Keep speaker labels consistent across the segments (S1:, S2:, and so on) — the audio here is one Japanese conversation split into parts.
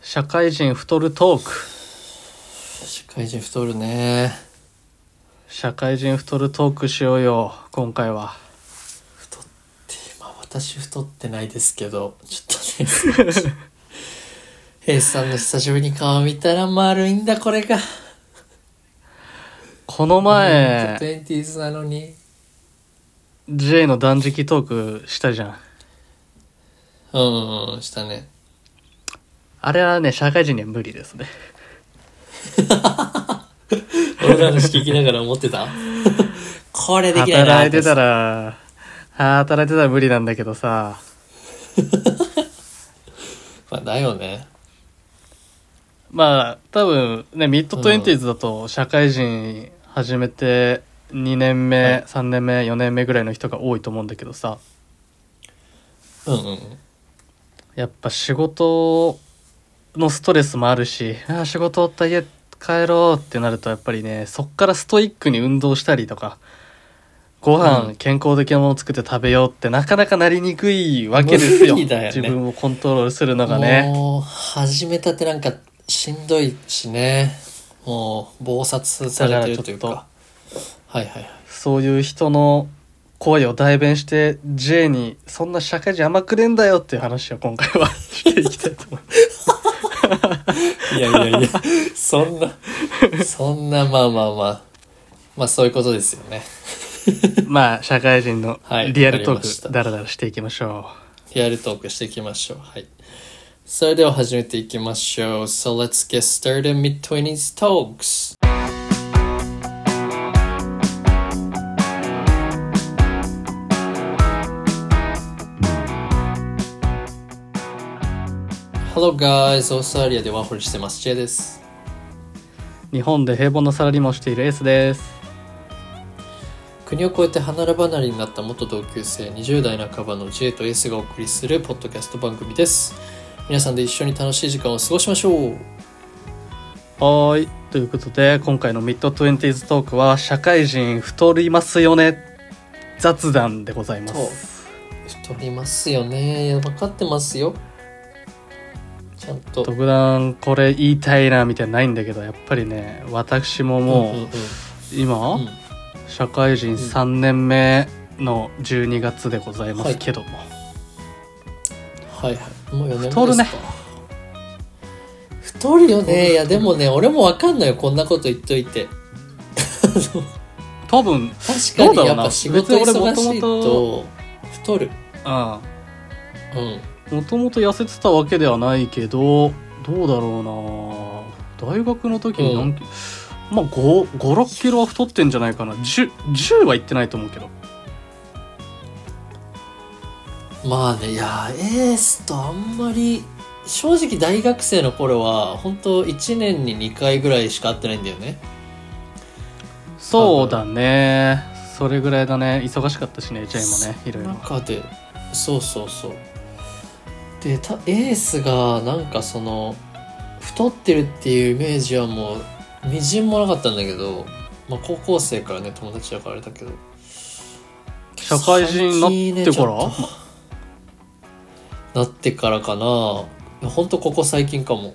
S1: 社会人太るトーク。
S2: 社会人太るね
S1: 社会人太るトークしようよ、今回は。
S2: 太ってまあ私太ってないですけどちょっとね 平さんの久しぶりに顔見たら丸いんだこれが
S1: この
S2: うん
S1: 前、
S2: 20s なのに
S1: J の断食トークしたじゃん。
S2: うんうんしたね
S1: あれはね、社会人には無理ですね。
S2: 俺らの話聞きながら思っ てたこれできないな
S1: 働いてたら、働いてたら無理なんだけどさ、
S2: まあ、だよね
S1: まあ、多分ね、ミッドトゥエンティーズだと社会人始めて2年目、
S2: はい
S1: 3年目、4年目ぐらいの人が多いと思うんだけどさ、
S2: うんうん
S1: やっぱ仕事のストレスもあるし、ああ、仕事終わった家帰ろうってなるとやっぱりね、そっからストイックに運動したりとか、ご飯、
S2: うん
S1: 健康的なもの作って食べようってなかなかなりにくいわけですよ。
S2: 無理だよね
S1: 自分をコントロールするのがね。
S2: もう始めたってなんかしんどいしねもう暴殺されてるというか
S1: だか
S2: はいはいはい
S1: そういう人の声を代弁して J にそんな社会人甘くねえんだよっていう話を今回は していきたいと思い ます。
S2: いやいやいや、そんな、そんな、まあまあまあ。まあそういうことですよね。
S1: まあ、社会人の
S2: はい
S1: リアルト
S2: わかりまし
S1: ー
S2: た
S1: ク、ダラダラしていきましょ
S2: リアルトークしていきましょう。はい。それでは始めていきましょう。So let's get started mid-20s talks! ハロー guys! オーストラリアでワーホリしてます。J です。
S1: う。日本で平凡なサラリーマンをしている S です。
S2: 国を越えて離れ離れになった元同級生20代半ばの J と S がお送りするポッドキャスト番組です皆さんで一緒に楽しい時間を過ごしましょう
S1: はーい。ということで、今回のミッドトゥエンティーズトークは、社会人太りますよね雑談でございます。
S2: 太りますよね分かってますよちゃんと
S1: 特段これ言いたいなみたいなのないんだけど、やっぱりね、私も
S2: うんうん
S1: も
S2: うん
S1: う、今、
S2: うん
S1: 社会人3年目の12月でございますけども、
S2: はいはいもう4年目ですか
S1: 太るね
S2: 太るよねいやでもね俺も分かんないよこんなこと言っといて
S1: 多分、ど
S2: 確
S1: うだ
S2: かに
S1: ろ
S2: や
S1: う
S2: っ
S1: な
S2: ぱ仕事
S1: 別に俺
S2: 忙しいと
S1: 元
S2: 太る
S1: うん、
S2: うん
S1: もともと痩せてたわけではないけどどうだろうな大学の時に何キロ、まあ56キロは太ってんじゃないかな 10, 10はいってないと思うけど
S2: まあねいやエースとあんまり正直大学生の頃は本当1年に2回ぐらいしか会ってないんだよね
S1: そうだねそれぐらいだね忙しかったしね J もねいろいろ
S2: 中でそうそうそうでたエースがなんかその太ってるっていうイメージはもうみじんもなかったんだけど、まあ、高校生からね友達だからあれだけど
S1: 社会人になってから
S2: 最近ねちょっとなってからかな本当ここ最近かも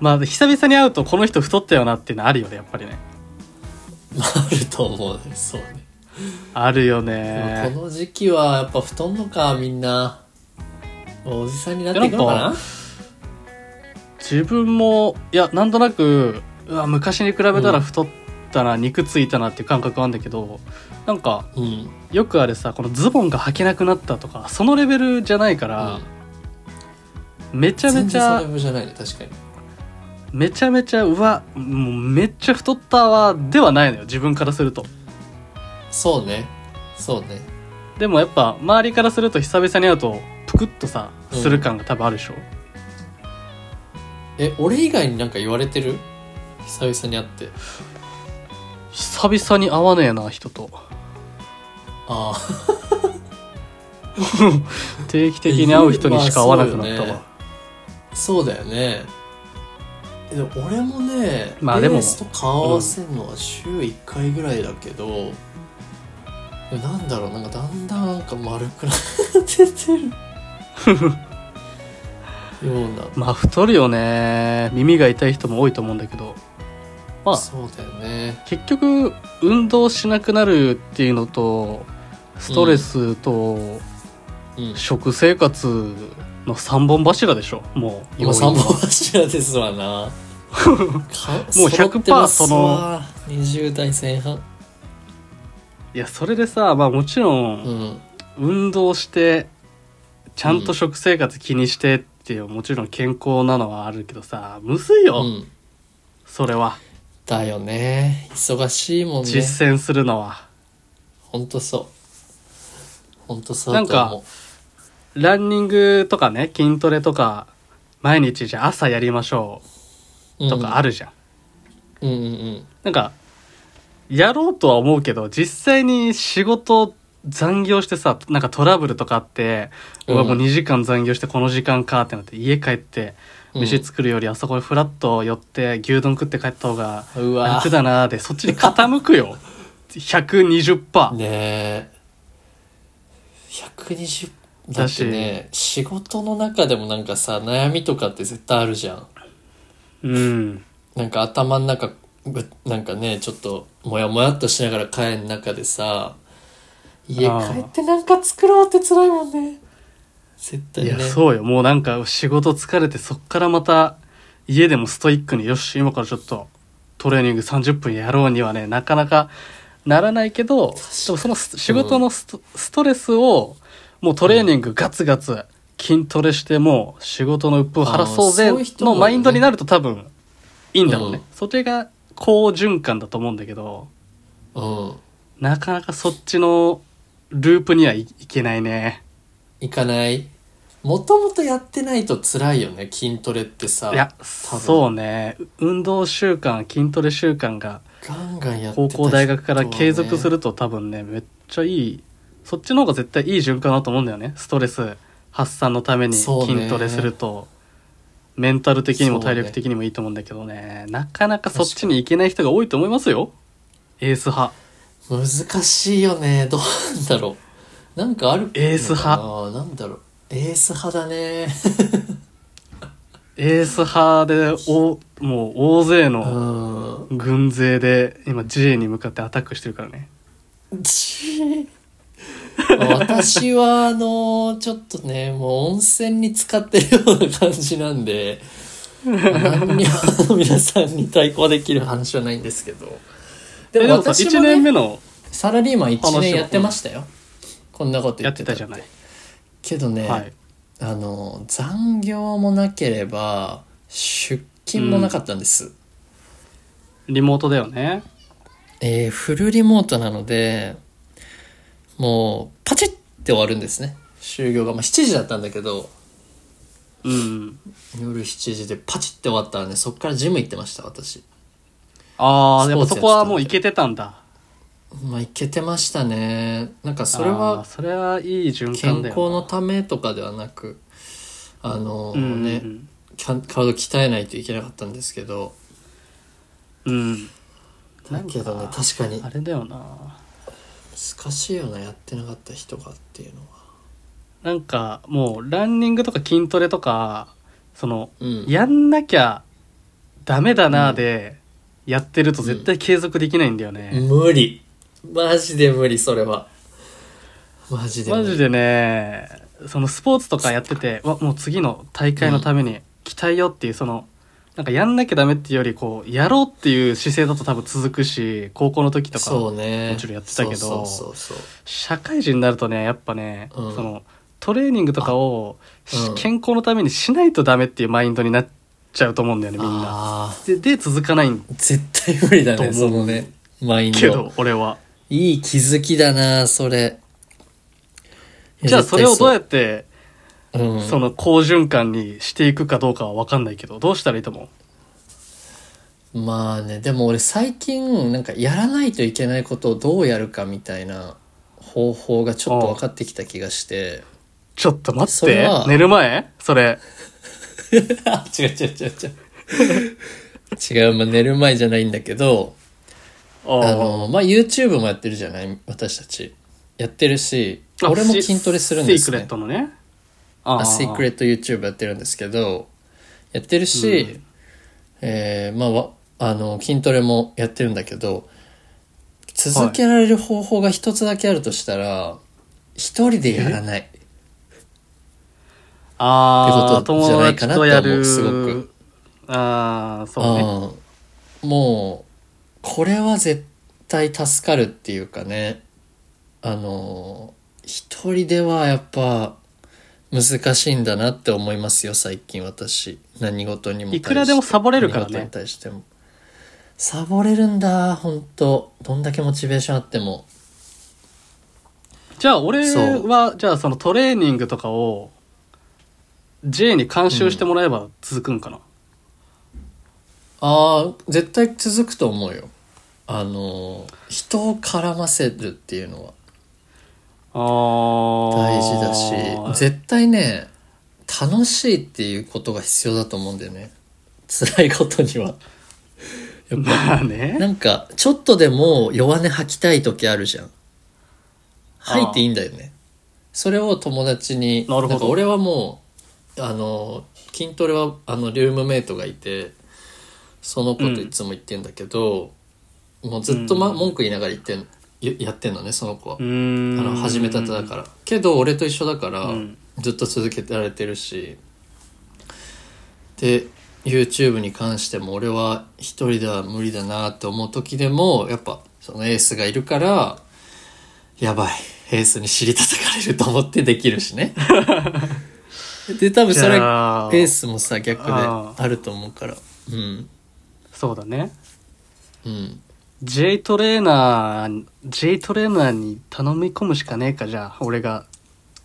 S1: まあ久々に会うとこの人太ったよなっていうのあるよねやっぱりね
S2: あると思うねそうね、
S1: あるよ
S2: で
S1: ね
S2: もこの時期はやっぱ布団のかみんなもうおじさんになっていくのか
S1: なん
S2: な
S1: 自分もいやなんとなくうわ昔に比べたら太ったな、肉ついたなっていう感覚はあるんだけどなんか
S2: うん
S1: よくあれさこのズボンが履けなくなったとかそのレベルじゃないから、めちゃめ
S2: 全
S1: ち
S2: 然それ
S1: ゃ
S2: もじゃないね確かに
S1: めちゃめちゃうわもうめっちゃ太ったわではないのよ自分からすると
S2: そうねそうね
S1: でもやっぱ周りからすると久々に会うとぷくっとさ
S2: うん
S1: する感が多分あるでしょ、
S2: え俺以外になんか言われてる久々に会って
S1: 久々に会わねえな人と
S2: ああ
S1: 定期的に会う人にしか会わなくなったわ、
S2: まあそうだよねでも俺もね
S1: まあでも
S2: ベースと顔合わせるのは週1回ぐらいだけど、でもなんだろ うなんかだんだんなんか丸くなってってるような
S1: まあ太るよね耳が痛い人も多いと思うんだけどまあ
S2: そうだよね
S1: 結局運動しなくなるっていうのとストレスと
S2: うん
S1: 食生活の3本柱でしょもう要
S2: 今
S1: 因は
S2: 三本柱です わな
S1: もう100%
S2: 揃ってますわ20代前半
S1: いやそれでさまあもちろ
S2: うんん
S1: 運動してちゃんと食生活気にしてっていうもちろん健康なのはあるけどさむずいよ、
S2: うん
S1: それは
S2: だよね忙しいもんね
S1: 実践するのは、
S2: ほんとそうほんとそうだと思う
S1: ランニングとかね筋トレとか毎日じゃあ朝やりましょうとかあ
S2: る
S1: るじゃん、
S2: うんうんうん
S1: なんかやろうとは思うけど実際に仕事残業してさなんかトラブルとかあって、うわ
S2: うん
S1: もう2時間残業してこの時間かってなって家帰って
S2: うん
S1: 飯作るよりあそこにフラッと寄って牛丼食って帰った方が
S2: うわ
S1: 楽だなーでそっちに傾く よ120%、
S2: ねえ120だ
S1: だ
S2: っ
S1: して
S2: ね仕事の中でもなんかさ悩みとかって絶対あるじゃん
S1: うん
S2: なんか頭の中ぶなんかねちょっとモヤモヤっとしながら帰る中でさ家
S1: ああ
S2: 帰ってなんか作ろうって辛いもんね絶対
S1: い
S2: ね
S1: やそうよもうなんか仕事疲れてそっからまた家でもストイックによし今からちょっとトレーニング30分やろうにはねなかなかならないけどでもそのス仕事のスト,、ストレスをもうトレーニングガツガツ筋トレしてもう仕事の鬱憤を晴らそう
S2: あー
S1: ぜ
S2: そういう人も
S1: の
S2: ね
S1: マインドになると多分いいんだろうね、
S2: うん
S1: それが好循環だと思うんだけど
S2: うん
S1: なかなかそっちのループにはい、いけないね
S2: 行かないもともとやってないと辛いよね筋トレってさ
S1: いや
S2: 分
S1: そうね運動習慣筋トレ習慣が
S2: ガンガンやって
S1: 高
S2: た人
S1: 校
S2: はね
S1: 大学から継続すると多分ねめっちゃいいそっちの方が絶対いい循環だと思うんだよねストレス発散のために
S2: そうね
S1: 筋トレすると、メンタル的にも
S2: そうね
S1: 体力的にもいいと思うんだけどねなかなかそっちに行けない人が多いと思いますよエース派
S2: 難しいよねどうなんだろうなんかある
S1: エース派
S2: のかななんだろうエース派だね
S1: エース派でおもう大勢
S2: う
S1: の
S2: ん
S1: 軍勢で今 J に向かってアタックしてるからね
S2: ち私はあのちょっとねもう温泉に使ってるような感じなんで何にもあの皆さんに対抗できる話はないんですけど
S1: え
S2: で
S1: で
S2: も
S1: もさ
S2: 私
S1: 1
S2: も、ね、
S1: 年目の
S2: サラリーマン1
S1: 話
S2: 年
S1: を
S2: やってましたよこんなこと言
S1: や
S2: っ
S1: って
S2: て
S1: た
S2: た
S1: じゃない、
S2: けどね、
S1: はい
S2: あの残業もなければ出勤もなかったんです、
S1: リモートだよね
S2: えーフルリモートなので、もう、パチッって終わるんですね。終業が。まあ、7時だったんだけど、
S1: うん
S2: 夜7時でパチッって終わったらね、そっからジム行ってました、私。
S1: ああやっぱ
S2: ス
S1: そ
S2: ポーツやってたんだ
S1: こはもういけてたんだ
S2: まあ、行けてましたね。なんか、それ
S1: あー
S2: は、
S1: それはいい循
S2: 健
S1: 環だよ
S2: 康のためとかではなく、あの
S1: うんうん
S2: ね、きゃ体鍛えないといけなかったんですけど、
S1: うん
S2: だけどね、確かに
S1: あ、れだよな
S2: 難しいよな、やってなかった人がっていうのは。
S1: なんかもうランニングとか筋トレとかその
S2: うん。
S1: やんなきゃダメだなでやってると絶対継続できないんだよね、
S2: 無理マジで無理それはマジで無
S1: マ
S2: 理
S1: ジでねそのスポーツとかやっててわもう次の大会のために鍛えようっていうそのなんかやんなきゃダメっていうよりこうやろうっていう姿勢だと多分続くし高校の時とか
S2: そうね
S1: もちろんやってたけど
S2: そうそうそうそう
S1: 社会人になるとねやっぱね、
S2: うん
S1: そのトレーニングとかを、
S2: あうん
S1: 健康のためにしないとダメっていうマインドになっちゃうと思うんだよねみんな。
S2: あ
S1: でで続かないん
S2: ー絶対無理だ
S1: と
S2: ね
S1: 思う
S2: そのねマイン
S1: け
S2: ド
S1: ど俺は。
S2: いい気づきだなそれ
S1: じゃあそれをどうや
S2: っ
S1: って
S2: て、うん、
S1: その好循環にしていくかどうかは分かんないけどどうしたらいいと思う
S2: まあねでも俺最近なんかやらないといけないことをどうやるかみたいな方法がちょっと分かってきた気がして
S1: ちょっと待っ
S2: それ
S1: て
S2: は
S1: 寝る前それ
S2: あ 違う違う違う違う違う、まあ、寝る前じゃないんだけど
S1: おう
S2: あの、まあ、YouTube もやってるじゃない私たち。やってるし、
S1: あ
S2: 俺も筋トレするんです
S1: シシークレ
S2: ね
S1: ッ。トのねあ
S2: あ
S1: あ
S2: シークレット YouTube やってるんですけどやってるし、
S1: うん
S2: えーまあわあの筋トレもやってるんだけど続けられる方法が一つだけあるとしたら一人でやらない
S1: ああ
S2: ってことじゃ
S1: 友
S2: ない
S1: 達
S2: かなっ
S1: と
S2: て思う
S1: やる
S2: すごく
S1: ああそうね
S2: うん、もうこれは絶対助かるっていうかねあの一人ではやっぱ難しいんだなって思いますよ最近私何事にも対
S1: い
S2: して
S1: くらでもサボれるから
S2: 何事に
S1: ね
S2: 対してもサボれるんだ本当どんだけモチベーションあっても
S1: じゃあ俺
S2: そう
S1: はじゃあそのトレーニングとかを J に監修してもらえば続くんかな、
S2: ああ絶対続くと思うよあの人を絡ませるっていうのは
S1: あ
S2: 大事だ
S1: ー
S2: し絶対ね楽しいっていうことが必要だと思うんだよね辛いことにはやっぱ
S1: まあね
S2: なんかちょっとでも弱音吐きたい時あるじゃん
S1: あー
S2: 吐いていいんだよねそれを友達に
S1: なるほど
S2: んか俺はもうあの筋トレはあのルームメイトがいてそのこといつも言ってんだけど、もうずっと、ま
S1: うん
S2: 文句言いながら言ってんややってんのねその子は
S1: う、ーん
S2: あの始めたてだからけど俺と一緒だから、
S1: うん
S2: ずっと続けてられてるしで YouTube に関しても俺は一人では無理だなって思う時でもやっぱそのエースがいるからやばいエースに尻叩かれると思ってできるしねで多分それエ
S1: じゃあ
S2: ースもさ逆で
S1: あ
S2: あると思うからうん
S1: そうだね
S2: うん
S1: J トレーナー J トレーナーに頼み込むしかねえかじゃあ俺が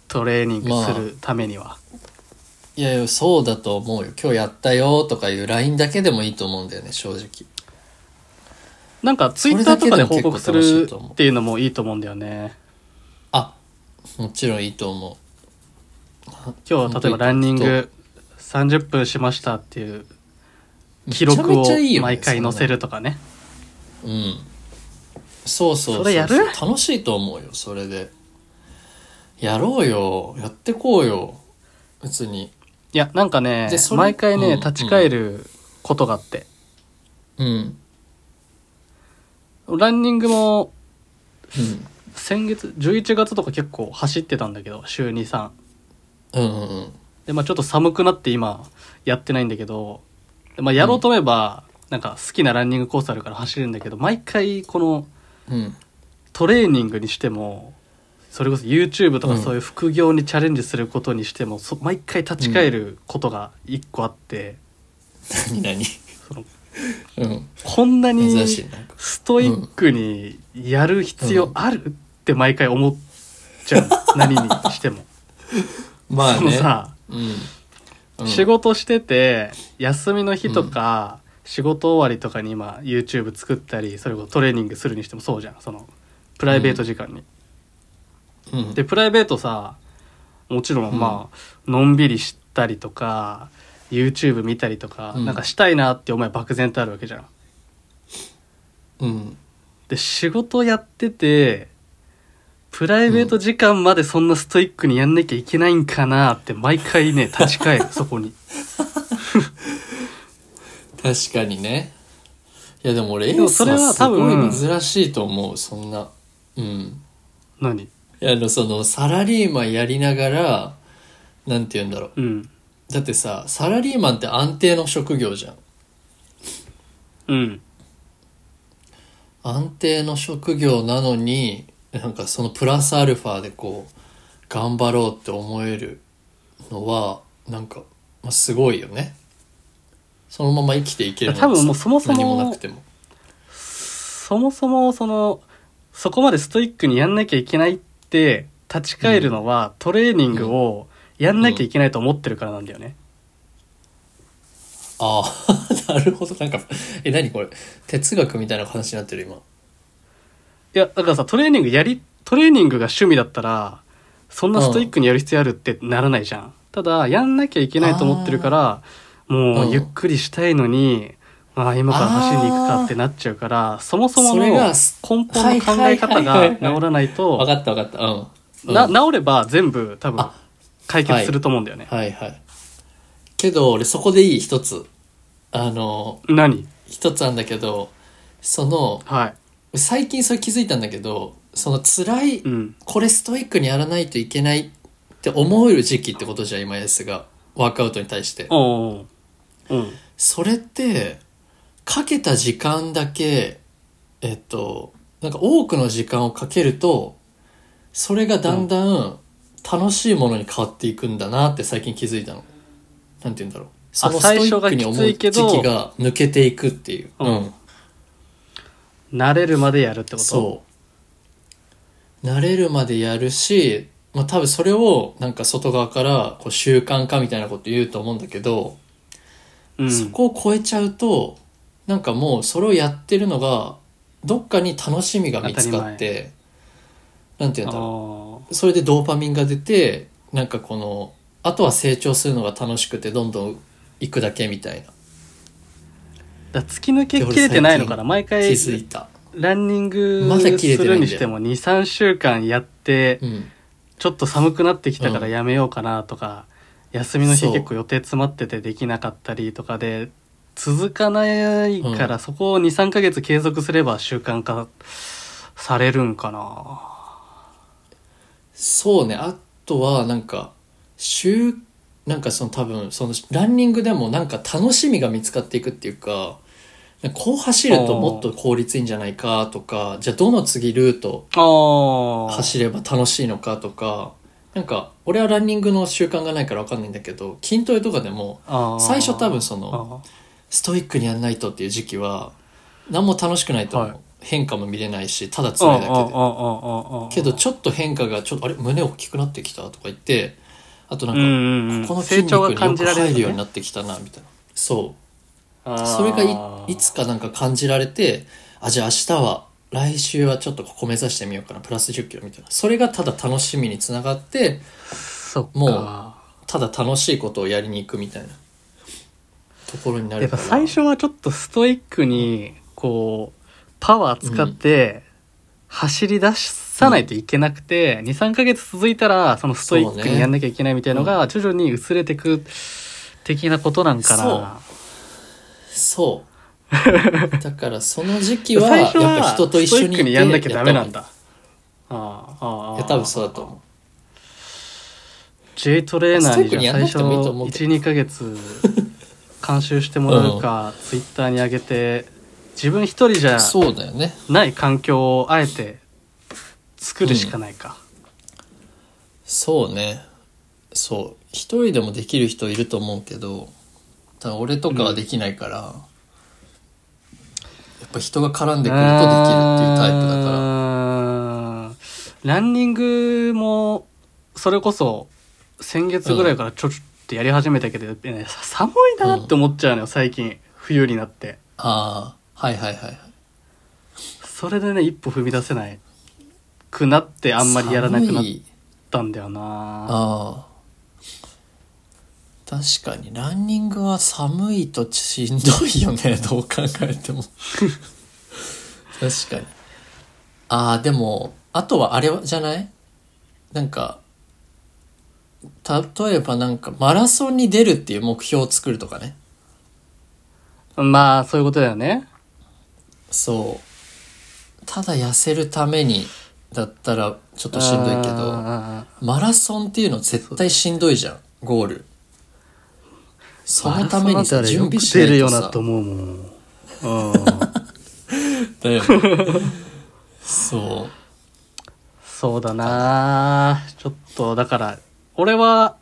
S1: トレーニングするためには、
S2: いやいやそうだと思うよ今日やったよとかいう LINE だけでもいいと思うんだよね正直
S1: なんかツイッターとかで報告するっていうのもいいと思うんだよね
S2: あもちろんいいと思
S1: 今日は例えばランニング30分しましたっていう
S2: う
S1: 記録
S2: め
S1: を
S2: ちゃめちゃいいよね
S1: 毎回載せるとかね
S2: そんなのうんそうそうう
S1: それやる
S2: 楽しいと思うよそれでやろうよやってこうよ別に
S1: いやなんかね
S2: でそれ
S1: 毎回
S2: うん
S1: ね
S2: うん
S1: 立ち返ることがあって、
S2: うんうん
S1: ランニングも先月11月とか結構走ってたんだけど週23
S2: うんうんうん
S1: でまあちょっと寒くなって今やってないんだけど、でまあ、やろうと思えば、なんか好きなランニングコースあるから走るんだけど毎回この
S2: うん
S1: トレーニングにしてもそれこそ YouTube とか
S2: うん
S1: そういう副業にチャレンジすることにしても、そ毎回立ち返ることが一個あって、
S2: 何何
S1: その
S2: うん
S1: こんなに
S2: 珍しいな
S1: ストイックにやる必要ある、って毎回思っちゃう何にしても。
S2: まあ
S1: その
S2: ね
S1: さ
S2: うんうん
S1: 仕事してて休みの日とか、仕事終わりとかに今 YouTube 作ったりそれこそトレーニングするにしてもそうじゃんそのプライベート時間に。
S2: うん
S1: でプライベートさもちろんまあ、のんびりしたりとか YouTube 見たりとか、
S2: うん
S1: なんかしたいなって思いは漠然とあるわけじゃん。
S2: うん
S1: で仕事やっててプライベート時間までそんなストイックにやんなきゃいけないんかなって毎回 ね立ち返るそこに。
S2: 確かにねいやでも俺エ
S1: でも
S2: ー
S1: そ
S2: ス
S1: れ
S2: は
S1: は
S2: す
S1: 多分
S2: ごい珍しいと思うそんなうん
S1: 何
S2: いやあのそのサラリーマンやりながらなんて言うんだろ
S1: う
S2: う
S1: ん
S2: だってさサラリーマンって安定の職業じゃん
S1: うん
S2: 安定の職業なのになんかそのプラスアルファでこう頑張ろうって思えるのはなんか、まあ、すごいよねそのまま生きていけるの
S1: 多分もうそもそも
S2: 何もなくても
S1: そもそもそのそこまでストイックにやんなきゃいけないって立ち返るのは、トレーニングをやんなきゃいけないと思ってるからなんだよね。
S2: ああ なるほどなんかえ何これ哲学みたいな話になってる今
S1: いやだからさトレーニングやりトレーニングが趣味だったらそんなストイックにやる必要あるってならないじゃん、ただやんなきゃいけないと思ってるからもう
S2: う
S1: んゆっくりしたいのに、ああ今から走りに行くかってなっちゃうからそもそもの
S2: それ
S1: 根
S2: が
S1: 本の考え方
S2: はいはいはいは
S1: が
S2: い
S1: 治らない
S2: 分
S1: と
S2: かった分かったうん、うん
S1: な治れば全部多分
S2: あ
S1: 解決すると思うんだよね。
S2: はいはい。けど、俺そこでいい、一つ。あの、
S1: 何
S2: 一つなんだけど、その、
S1: はい。
S2: 最近それ気づいたんだけど、その辛い、
S1: うん。
S2: これストイックにやらないといけないって思える時期ってことじゃん、今ですが。ワークアウトに対して。
S1: おうおううん。
S2: それって、かけた時間だけ、えっと、なんか多くの時間をかけると、それがだんだん楽しいものに変わっていくんだなって最近気づいたの。なんて言うんだろう。そのス
S1: 最
S2: トイ
S1: 初
S2: ッ
S1: が
S2: ク
S1: きつ
S2: に
S1: い
S2: 思う時
S1: け
S2: 期
S1: ど
S2: が抜けていくっていう。
S1: うん
S2: うん。
S1: 慣れるまでやるってこと
S2: そう慣れるまでやるし、まあ、多分それをなんか外側からこう習慣化みたいなこと言うと思うんだけど、
S1: う。うん。
S2: そこを超えちゃうとなんかもうそれをやってるのがどっかに楽しみが見つかってなんて言うんだろ
S1: あ
S2: うそれでドーパミンが出てなんかこのあとは成長するのが楽しくてどんどん行くだけみたいな
S1: ーだから突き抜けきれてないのかな毎
S2: 気
S1: 回
S2: づいた、
S1: ランニング
S2: まだ切
S1: す
S2: れてない
S1: る
S2: んだよ
S1: にしても23週間やって
S2: うん、
S1: ちょっと寒くなってきたか
S2: う
S1: ら
S2: ん
S1: やめようかなとか、休みの日
S2: そう
S1: 結構予定詰まっててできなかったりとかで続かないから、
S2: う
S1: そこを23ヶ月継続すれば習慣化されるんかな
S2: そうね。あとは、なんか、週、なんかその多分、そのランニングでもなんか楽しみが見つかっていくっていうか、なんかこう走るともっと効率いいんじゃないかとか、じゃあどの次ルート
S1: あー
S2: 走れば楽しいのかとか、なんか、俺はランニングの習慣がないからわかんないんだけど、筋トレとかでも、
S1: あー
S2: 最初多分そのストイックにやんないとっていう時期は、何も楽しくないと思う
S1: はい
S2: 変化も見れないし、ただ
S1: あー
S2: 辛いだけ
S1: あーあーあ
S2: で。
S1: ーあーあー
S2: けどちょっと変化がちょっとあれ胸大きくなってきたとか言ってあとな
S1: うん
S2: ん
S1: うんうん
S2: かここの筋
S1: 成長
S2: 肉に
S1: が
S2: よく
S1: 感じられ
S2: 入
S1: る
S2: るよう
S1: よ
S2: に
S1: ね
S2: なってきたなみたいなそう
S1: あー
S2: それがいいつかなんか感じられてあじゃあ明日は来週はちょっとここ目指してみようかなプラス1 0キロみたいなそれがただ楽しみにつながって
S1: そっか
S2: もうただ楽しいことをやりに行くみたいなところにな
S1: や
S2: る
S1: っ
S2: か
S1: ぱ
S2: ら
S1: 最初はちょっとストイックにこうパワー使って走り出さないといけなくて、23ヶ月続いたらそのストイック
S2: そうね
S1: にやんなきゃいけないみたいのが徐々に薄れてく的なことなんかな。
S2: そう だからその時期は
S1: 最
S2: やっ
S1: 初は
S2: ぱ人と一緒に
S1: ストイック
S2: いて
S1: にやんなきゃダメなん
S2: や
S1: だ。ああああああ
S2: った方がいいいや多分そうだと思う
S1: J トレーナーにじゃあ最初
S2: ストイックにやんなくてもいいと思うけど
S1: 12ヶ月監修してもらうか、ツイッターに上げて自分一人じゃ
S2: そうだよね
S1: ない環境をあえて作るしかないか、
S2: そうねそう一人でもできる人いると思うけどただ俺とかはできないから、やっぱ人が絡んでくるとできるっていうタイプだから
S1: からランニングもそれこそ先月ぐらいからちょっとやり始めたけど、やっぱねさ寒いなって思っちゃうのよ最近冬になって
S2: ああはいはいはいはい
S1: それでね一歩踏み出せないくなってあんまりやらなくなっ
S2: 寒い
S1: たんだよな
S2: ああ確かにランニングは寒いとしんどいよねどう考えても 確かにああでもあとはあれはじゃないなんか例えばなんかマラソンに出るっていう目標を作るとかね
S1: まあそういうことだよね
S2: そうただ痩せるためにだったらちょっとしんどいけど
S1: あー
S2: マラソンっていうの絶対しんどいじゃんゴールそのために
S1: マ
S2: さ
S1: ラソンなん
S2: 準
S1: てあれ
S2: 備しな
S1: よく出る
S2: い
S1: よ
S2: と
S1: な
S2: さ
S1: と思うもん うん
S2: だよねそ
S1: そうだなちょっとだから俺は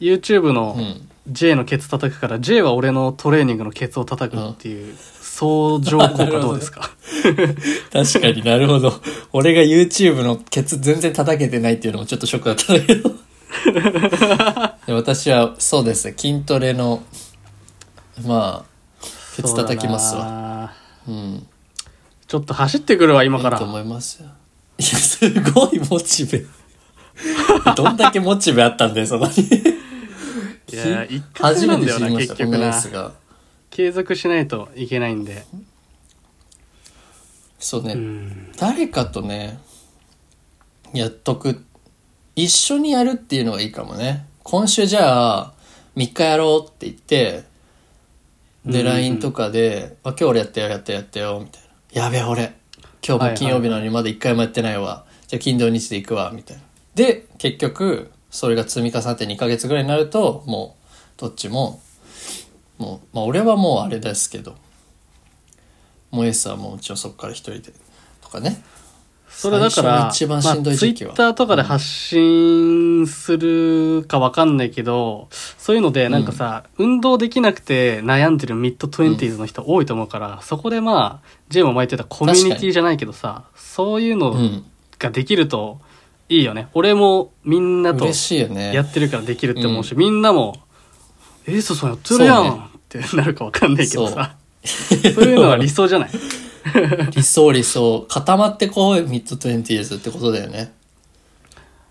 S1: YouTube
S2: うう
S1: の
S2: ん
S1: J のケツ叩くから、J は俺のトレーニングのケツを叩くっていう相乗効果どうですか
S2: 確かになるほど俺が YouTube のケツ全然叩けてないっていうのもちょっとショックだったんだけど で私はそうですね筋トレのま あケツ叩きますわ
S1: わ
S2: うん
S1: ちょっと走ってくるわ今か
S2: いい
S1: ら
S2: と思いますよいやすごいモチベ どんだけモチベあったんだよそこに
S1: いや一回
S2: 初
S1: な
S2: め
S1: んだ
S2: て
S1: よ
S2: 知
S1: な
S2: りまし
S1: 結
S2: たこ
S1: 局
S2: の
S1: な
S2: やつが
S1: 継続しないといけないんで
S2: そうね、
S1: うん
S2: 誰かとねやっとく一緒にやるっていうのがいいかもね今週じゃあ、3日やろうって言って、
S1: うんう
S2: で、
S1: ん
S2: LINE とかで、あ、今日俺やったよ、やったよ、やったよ、みたいな。やべえ、俺。今日も金曜日なのにまだ1回もやってないわ。じゃあ、金土日で行くわ、みたいな。で、結局、それが積み重なって2ヶ月ぐらいになると、もう、どっちも、もう、まあ、俺はもうあれですけど、もうエースはもう一応そこから一人で、とかね。
S1: それだから、
S2: 最初の一番しんどい時期は
S1: まあ、ツイッターとかで発信するかわかんないけど、そういうので、なんかさ、運動できなくて悩んでるミッドトゥエンティーズの人多いと思うから、そこでまあ、ジェイも巻いてたコミュニティじゃないけどさ、そういう
S2: う
S1: の
S2: ん。
S1: ができるといいよね。俺もみんなと
S2: 嬉しいよね。
S1: やってるからできるって思うし、みんなも、エースさんやってるやん、ってなるかわかんないけど さ、そういうのは理想じゃない
S2: 理想理想固まってこうミッドトゥエンティーズってことだよね、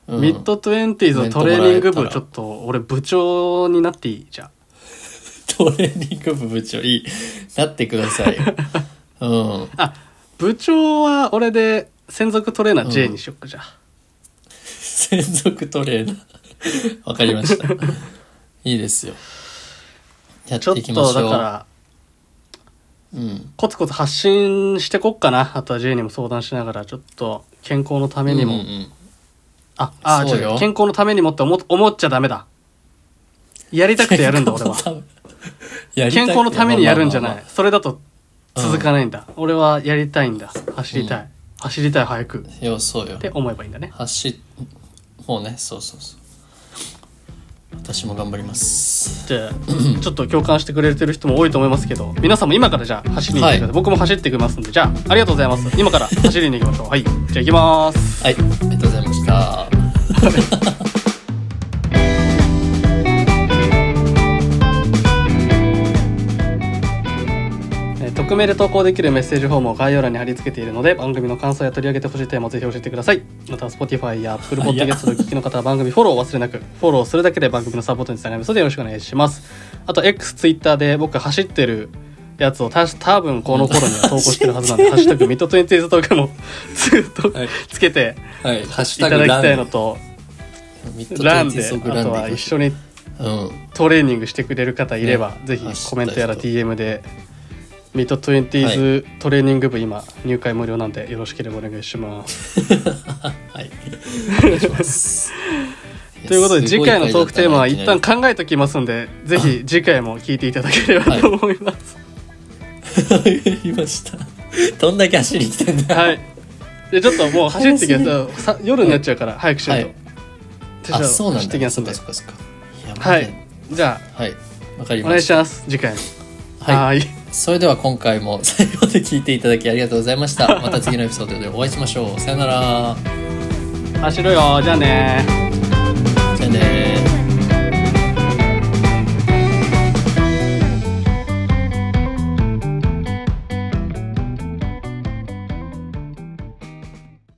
S2: うん
S1: ミッドトゥエンティーズのトレーニング部ちょっと俺部長になっていいじゃん
S2: トレーニング部部長いいなってくださ いようん
S1: 部長は俺で専属トレーナー J にしよっかじゃあ、
S2: 専属トレーナーわかりましたいいですよやっ
S1: ちょって
S2: いきま
S1: と
S2: し
S1: だ
S2: ょう
S1: から
S2: うん、
S1: コツコツ発信してこっかなあとは J にも相談しながらちょっと健康のためにも、
S2: うんうん
S1: ああ
S2: そう
S1: 違
S2: よ
S1: う健康のためにもって思っ思っちゃダメだやりたくてやるん だ俺は
S2: やり
S1: 健
S2: たい
S1: 康のためにやるんじゃない、
S2: まあまあ
S1: それだと続かないんだ、俺はやりたいんだ走りたい、走りたい早くっ
S2: まあいやそうよ
S1: て思えばいいんだね
S2: 走っもうねそうそうそう私も頑張ります
S1: ってちょっと共感してくれてる人も多いと思いますけど皆さんも今からじゃあ走りに行ってください、
S2: はい
S1: 僕も走ってきますんでじゃあありがとうございます今から走りに行きましょうはいじゃあ行きます
S2: はいありがとうございました
S1: えー匿名で投稿できるメッセージフォームを概要欄に貼り付けているので番組の感想や取り上げてほしいテーマをぜひ教えてくださいまた Spotify や Apple Podcast でお聞きの方は番組フォローを忘れなくフォローするだけで番組のサポートにつながりますのでよろしくお願いしますあと XTwitter で僕走ってるやつをた多分この頃には投稿してるはずなんで「ハッシュタグミッドトゥエンティーズトーク」もずっと
S2: はい
S1: つけて
S2: はい、ハッシ
S1: い
S2: ュタ
S1: ただ
S2: グ
S1: き
S2: ラン
S1: たい
S2: で
S1: のと
S2: ミッド
S1: ラン
S2: テ
S1: で
S2: イスオブラ
S1: あ
S2: ンで
S1: とは一緒に
S2: うん
S1: トレーニングしてくれる方いれば、
S2: ね
S1: ぜひコメントやら
S2: 明日
S1: DM でミッドトゥエンティーズトレーニング部今入会無料なんでよろしければお願いします。
S2: はいお願いします
S1: ということで
S2: やす
S1: 次
S2: ごい
S1: 回のトークテーマは一
S2: 回だっ
S1: 旦
S2: た
S1: 考えときますんでぜひ次回も聞いていただければと思います。
S2: ないきなり言いましたどんだけ走りに来てんだ
S1: はい、でちょっともう走ってきます
S2: 早
S1: さ夜になっちゃうから早くしないと。
S2: はい
S1: 手
S2: あ
S1: 順を
S2: そうな
S1: 走
S2: ん
S1: って
S2: だ
S1: きます
S2: そ
S1: ん
S2: っ
S1: で
S2: か。そっかそっかいや
S1: は
S2: ま
S1: い。じゃ
S2: あはいわかり
S1: あお願
S2: ま
S1: い
S2: し
S1: します次回も。
S2: たはい
S1: い。
S2: それでは今回も最後まで聞いていただきありがとうござい ましたまた次のエピソードでお会いしましょうさよなら
S1: 走るよじゃあねー。